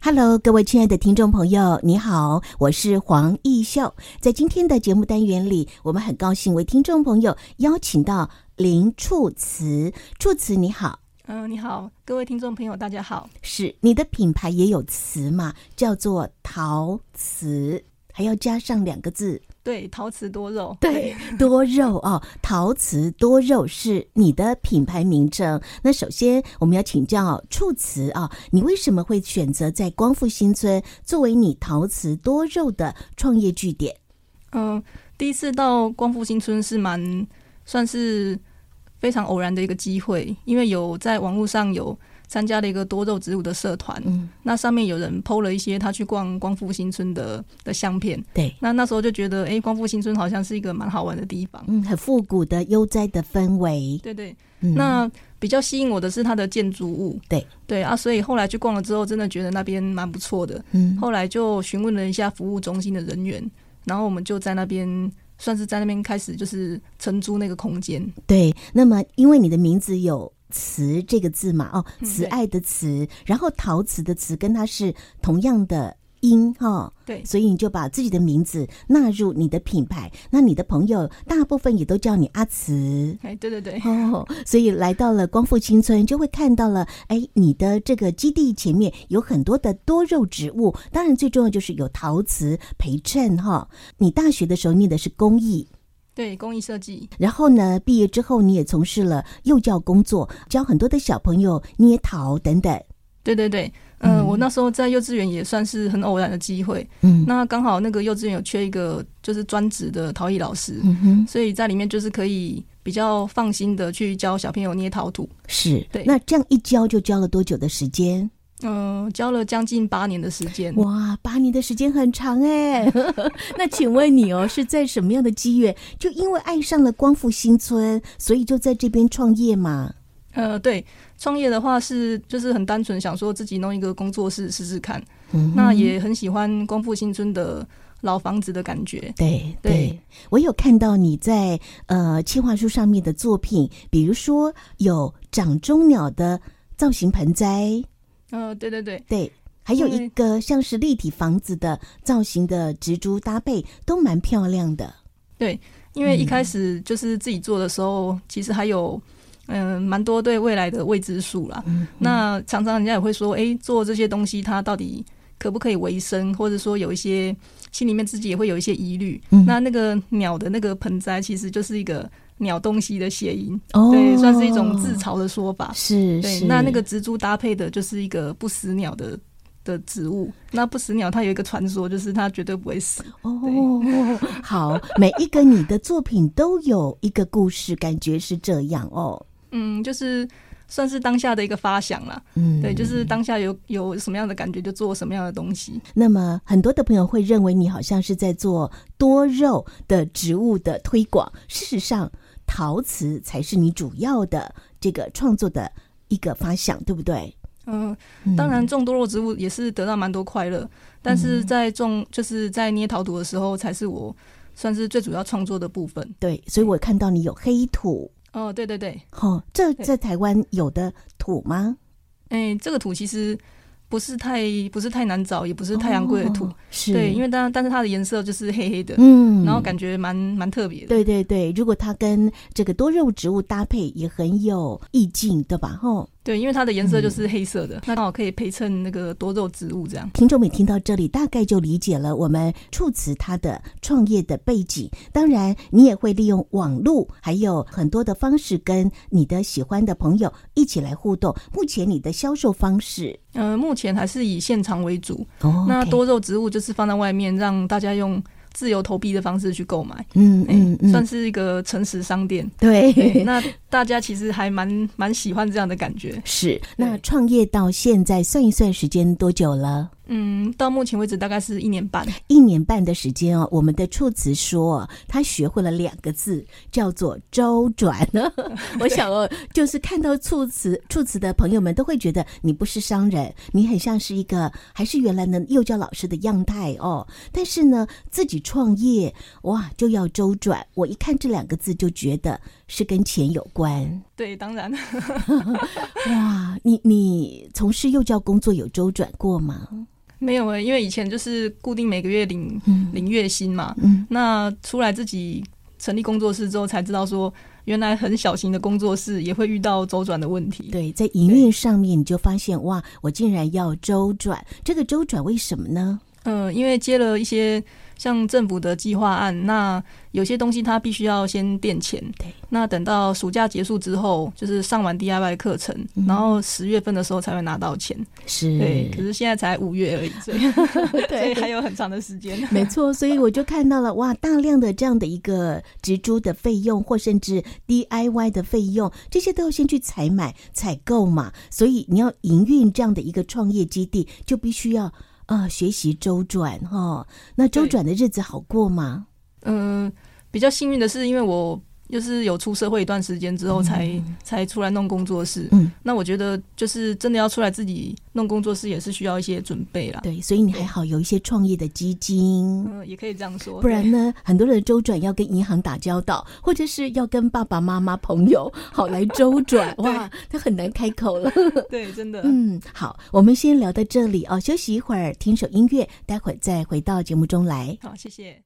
Hello，各位亲爱的听众朋友，你好，我是黄艺秀。在今天的节目单元里，我们很高兴为听众朋友邀请到林处慈。处慈，你好，嗯、你好，各位听众朋友，大家好。是你的品牌也有词嘛，叫做陶瓷，还要加上两个字对，陶瓷多肉。对，多肉哦，陶瓷多肉是你的品牌名称。那首先我们要请教处瓷啊，你为什么会选择在光复新村作为你陶瓷多肉的创业据点？ 嗯、第一次到光复新村是蛮算是非常偶然的一个机会，因为有在网络上有参加了一个多肉植物的社团，嗯，那上面有人 PO 了一些他去逛光复新村的的相片。对，那那时候就觉得，哎、光复新村好像是一个蛮好玩的地方。嗯，很复古的悠哉的氛围。对对，嗯、那比较吸引我的是它的建筑物。对对啊，所以后来去逛了之后，真的觉得那边蛮不错的。嗯后来就询问了一下服务中心的人员，然后我们就在那边算是在那边开始就是承租那个空间。对，那么因为你的名字有“慈”这个字嘛，哦，嗯慈对爱的慈，然后陶瓷的瓷跟它是同样的音哈、哦，对所以你就把自己的名字纳入你的品牌。那你的朋友大部分也都叫你阿 慈。哎，对对对，哦，所以来到了光复新村，就会看到了，哎，你的这个基地前面有很多的多肉植物，当然最重要就是有陶瓷陪衬哈、你大学的时候念的是工艺，对工艺设计，然后呢，毕业之后你也从事了幼教工作，教很多的小朋友捏陶等等。对对对，嗯、嗯我那时候在幼稚园也算是很偶然的机会，嗯那刚好那个幼稚园有缺一个就是专职的陶艺老师，嗯哼，所以在里面就是可以比较放心的去教小朋友捏陶土，是对。那这样一教就教了多久的时间？嗯、教了将近八年的时间。哇，八年的时间很长 哎。那请问你哦，是在什么样的机缘，就因为爱上了光复新村，所以就在这边创业嘛？呃，对，创业的话是就是很单纯，想说自己弄一个工作室试试看。嗯哼那也很喜欢光复新村的老房子的感觉。对对对，我有看到你在呃企划书上面的作品，比如说有掌中鸟的造型盆栽，呃，对对对，哦对，还有因一为个像是立体房子的造型的植株搭配，都蛮漂亮的。因为一开始就是自己做的时候，其实还有嗯、呃蛮多对未来的未知数啦。嗯那常常人家也会说，诶，做这些东西它到底可不可以维生，或者说有一些心里面自己也会有一些疑虑。嗯那那个鸟的那个盆栽，其实就是一个鸟东西的谐音，哦对，算是一种自。嘲的说法。是对是，，那那个植株搭配的就是一个不死鸟的的植物。那不死鸟它有一个传说，就是它绝对不会死。哦， 好，每一个你的作品都有一个故事，感觉是这样哦。嗯，就是算是当下的一个发想啦。嗯，对，就是当下有有什么样的感觉就做什么样的东西。那么很多的朋友会认为你好像是在做多肉的植物的推广，事实上，陶瓷才是你主要的这个创作的一个发想，对不对？嗯，嗯当然种多肉植物也是得到蛮多快乐，但是在种嗯就是在捏陶土的时候，才是我算是最主要创作的部分。对，所以我看到你有黑土，哦，对对对，哦，这对在台湾有的土吗？哎，这个土其实不是太不是太难找，也不是太昂贵的土。哦是对，因为为当但是它的颜色就是黑黑的，嗯，然后感觉蛮蛮特别的。对对对，如果它跟这个多肉植物搭配，也很有意境，对吧？哦，对，因为它的颜色就是黑色嗯的，那刚好可以陪衬那个多肉植物这样。听众们听到这里，大概就理解了我们处词它的创业的背景。当然，你也会利用网络，还有很多的方式，跟你的喜欢的朋友一起来互动。目前你的销售方式，呃，目前还是以现场为主，哦那 OK 多肉植物就是放在外面，让大家用自由投币的方式去购买。嗯哎嗯嗯，算是一个诚实商店。对。对，那大家其实还蛮蛮喜欢这样的感觉。是，那创业到现在算一算时间多久了？嗯，到目前为止大概是一年半。一年半的时间哦，我们的处词说、哦、他学会了两个字，叫做周转。 我想哦，就是看到处词处词的朋友们都会觉得你不是商人，你很像是一个还是原来的幼教老师的样态哦。但是呢，自己创业哇，就要周转。我一看这两个字就觉得是跟钱有关。对，当然。哇，你你从事幼教工作有周转过吗？没有诶、欸，因为以前就是固定每个月领、嗯领月薪嘛。嗯那出来自己成立工作室之后，才知道说，原来很小型的工作室也会遇到周转的问题。对，在营运上面你就发现哇，我竟然要周转，这个周转为什么呢？嗯、因为接了一些像政府的计划案，那有些东西它必须要先垫钱。对，那等到暑假结束之后，就是上完 DIY 的课程，嗯然后十月份的时候才会拿到钱。是 对，可是现在才五月而已，所以所以还有很长的时间。 没错，所以我就看到了哇，大量的这样的一个植株的费用，或甚至 DIY 的费用，这些都要先去采买、采购嘛。所以你要营运这样的一个创业基地，就必须要呃学习周转哈、哦。那周转的日子好过吗？嗯，比较幸运的是，因为我就是有出社会一段时间之后才，才、出来弄工作室。嗯，那我觉得就是真的要出来自己弄工作室，也是需要一些准备啦。啊对，所以你还好有一些创业的基金。嗯，也可以这样说。不然呢，很多人周转要跟银行打交道，或者是要跟爸爸妈妈、朋友好来周 转，哇，他很难开口了。 对，对，真的。嗯，好，我们先聊到这里哦，休息一会儿，听首音乐，待会儿再回到节目中来。好，谢谢。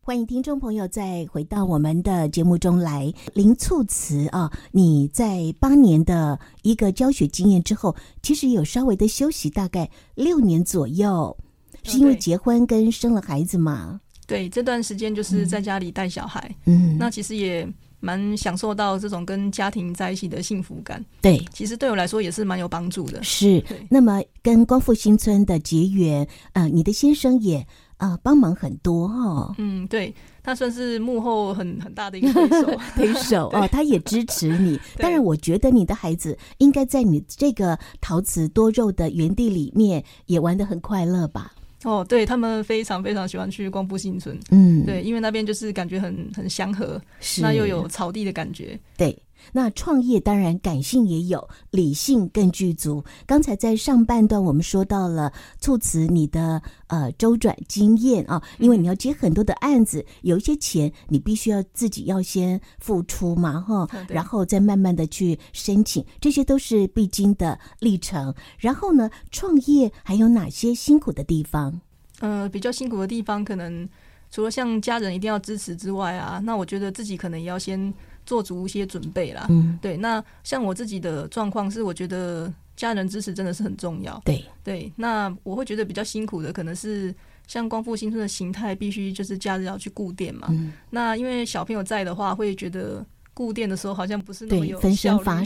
欢迎听众朋友再回到我们的节目中来。林促慈啊，你在八年的一个教学经验之后，其实有稍微的休息，大概六年左右，是因为对结婚跟生了孩子嘛？对，这段时间就是在家里带小孩，嗯，那其实也蛮享受到这种跟家庭在一起的幸福感。对。其实对我来说也是蛮有帮助的。是对，那么跟光复新村的结缘，呃，你的先生也呃帮忙很多 哦。嗯，对，他算是幕后很很大的一个推 手。推手哦，他也支持你。 对当然，我觉得你的孩子应该在你这个陶瓷多肉的园地里面也玩得很快乐吧？哦，对他们非常非常喜欢去光复新村，嗯，对，，因为那边就是感觉很很祥和，是那又有草地的感觉，对。那创业当然感性也有，理性更具足。刚才在上半段我们说到了促词你的呃周转经验啊，因为嗯你要接很多的案子，有一些钱你必须要自己要先付出嘛哈嗯，对然后再慢慢的去申请，这些都是必经的历程。然后呢，创业还有哪些辛苦的地方？呃，比较辛苦的地方可能除了像家人一定要支持之外啊，那我觉得自己可能也要先做足一些准备啦。嗯，对，那像我自己的状况是，我觉得家人支持真的是很重要。对，对，那我会觉得比较辛苦的可能是。像光复新村的形态，必须就是假日要去顾店嘛。嗯那因为小朋友在的话，会觉得顾店的时候好像不是那么对，有分效身率乏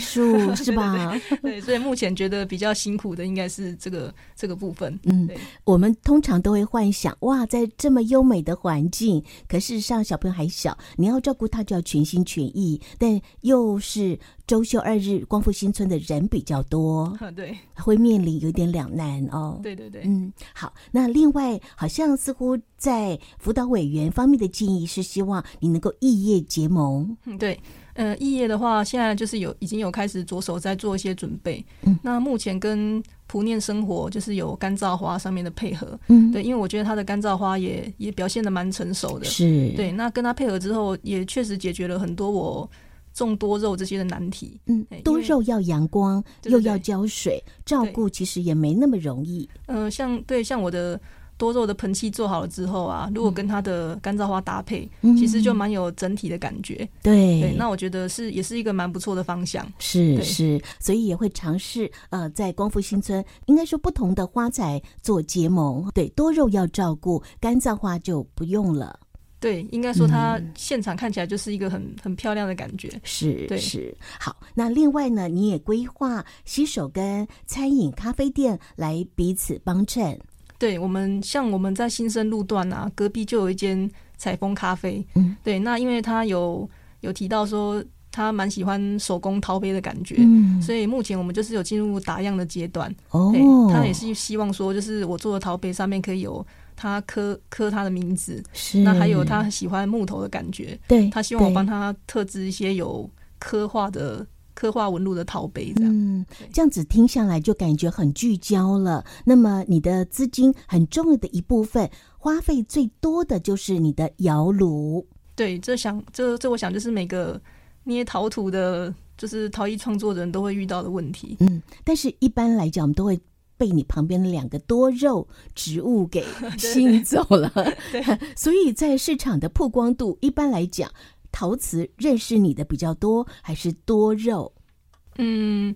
术是吧？ 对，所以目前觉得比较辛苦的应该是这个这个部分。 嗯对，我们通常都会幻想，哇，在这么优美的环境，可事实上小朋友还小，你要照顾他就要全心全意，但又是周休二日，光复新村的人比较多，对会面临有点两难哦。对对对，嗯，好。那另外，好像似乎在辅导委员方面的建议是希望你能够异业结盟，嗯对，呃，异业的话，现在就是有已经有开始着手在做一些准备。嗯那目前跟普念生活就是有干燥花上面的配合，嗯，对，因为我觉得它的干燥花也也表现的蛮成熟的。是，，对，那跟它配合之后，也确实解决了很多我种多肉这些的难题。嗯对，因多为肉要阳光，对对又要对浇水，照对顾其实也没那么容易，呃，像对像我的多肉的盆器做好了之后啊，如果跟它的干燥花搭配，嗯其实就蛮有整体的感觉。对对，那我觉得是也是一个蛮不错的方向。是对是，所以也会尝试呃，在光复新村，应该说不同的花材做结盟，对，多肉要照顾，干燥花就不用了。对，应该说它嗯现场看起来就是一个很很漂亮的感觉。是对是，好。那另外呢，你也规划洗手跟餐饮咖啡店来彼此帮衬。对我们像我们在新生路段啊，隔壁就有一间采风咖啡。嗯，对，那因为它有。有提到说他蛮喜欢手工陶杯的感觉，嗯，所以目前我们就是有进入打样的阶段。哦对，，他也是希望说，就是我做的陶杯上面可以有他刻刻他的名字，是，那还有他喜欢木头的感觉，对，他希望我对帮他特制一些有刻画的刻画纹路的陶杯，这样。嗯对，这样子听下来就感觉很聚焦了。那么你的资金很重要的一部分，花费最多的就是你的窑炉。对，这想这这我想就是每个捏陶土的，就是陶艺创作人都会遇到的问题。嗯，但是一般来讲，我们都会。被你旁边的两个多肉植物给吸引走了， 所以在市场的曝光度，一般来讲，陶瓷认识你的比较多，还是多肉？嗯，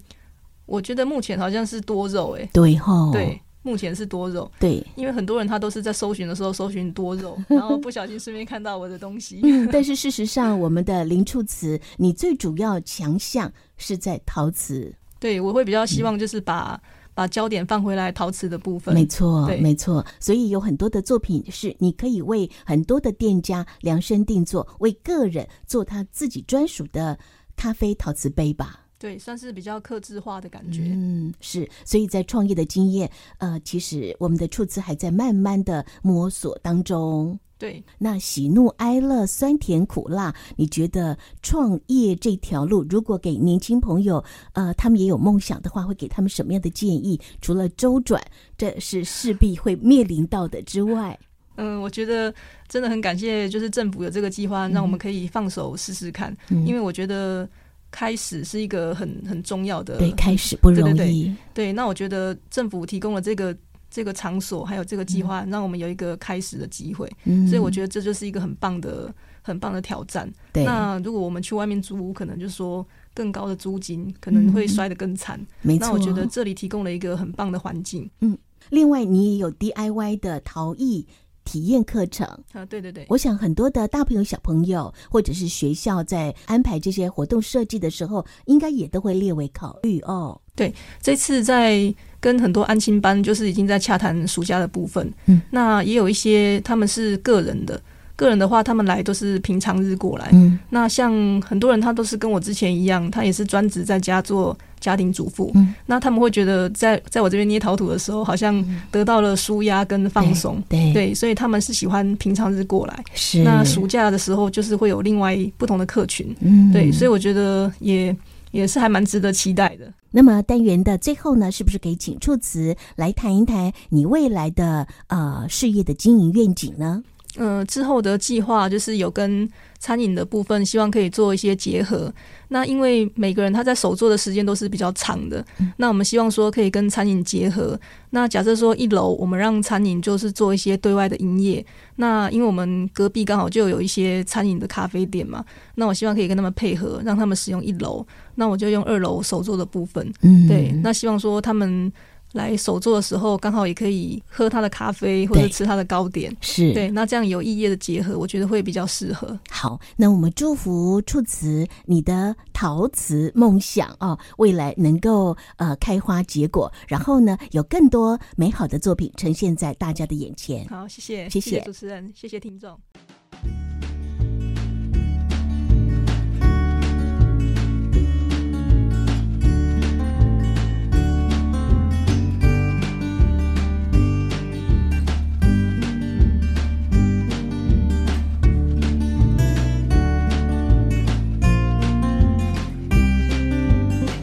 我觉得目前好像是多肉、欸，对吼，对，目前是多肉，对， 因为很多人他都是在搜寻的时候搜寻多肉，然后不小心顺便看到我的东西。嗯，但是事实上，我们的零触瓷，你最主要强项是在陶瓷，对，我会比较希望就是把、把焦点放回来陶瓷的部没分。错，对没错。所以有很多的作品是你可以为很多的店家量身定做，为个人做他自己专属的咖啡陶瓷杯吧。对，算是比较克制化的感觉。嗯，是。所以在创业的经验，呃，其实我们的触资还在慢慢的摸索当中。对，那喜怒哀乐、酸甜苦辣，你觉得创业这条路，如果给年轻朋友，呃，他们也有梦想的话，会给他们什么样的建议？除了周转，这是势必会面临到的之外，嗯，我觉得真的很感谢，就是政府有这个计划，让我们可以放手试试看。嗯因为我觉得开始是一个很很重要的对，开始不容易，对对对那我觉得政府提供了这个这个场所，还有这个计划，让我们有一个开始的机会，嗯，所以我觉得这就是一个很棒的很棒的挑战。对，那如果我们去外面租屋，可能就是说更高的租金，可能会摔得更惨。嗯没错。那我觉得这里提供了一个很棒的环境另外你也有 DIY 的陶艺体验课程，啊，对对对。我想很多的大朋友、小朋友，或者是学校在安排这些活动设计的时候，应该也都会列为考虑哦。这次在跟很多安亲班，就是已经在洽谈暑假的部分。嗯，那也有一些他们是个人的，个人的话，他们来都是平常日过来。嗯那像很多人，他都是跟我之前一样，他也是专职在家做家庭主妇。嗯，那他们会觉得在在我这边捏陶土的时候，好像得到了舒压跟放松。对对，所以他们是喜欢平常日过来。是那暑假的时候，就是会有另外不同的客群。嗯对，所以我觉得也也是还蛮值得期待的。那么单元的最后呢，是不是可以请处词来谈一谈你未来的呃事业的经营愿景呢？呃，之后的计划就是有跟餐饮的部分，希望可以做一些结合。那因为每个人他在手做的时间都是比较长的，嗯那我们希望说可以跟餐饮结合。那假设说一楼我们让餐饮就是做一些对外的营业，那因为我们隔壁刚好就有一些餐饮的咖啡店嘛，那我希望可以跟他们配合，让他们使用一楼，那我就用二楼手做的部分。嗯对，那希望说他们来手做的时候，刚好也可以喝他的咖啡或者对吃他的糕点。是对，那这样有异业的结合，我觉得会比较适合。好，那我们祝福处慈你的陶瓷梦想哦，未来能够呃开花结果，然后呢有更多美好的作品呈现在大家的眼前。好，谢谢，谢谢谢主持人，谢谢听众。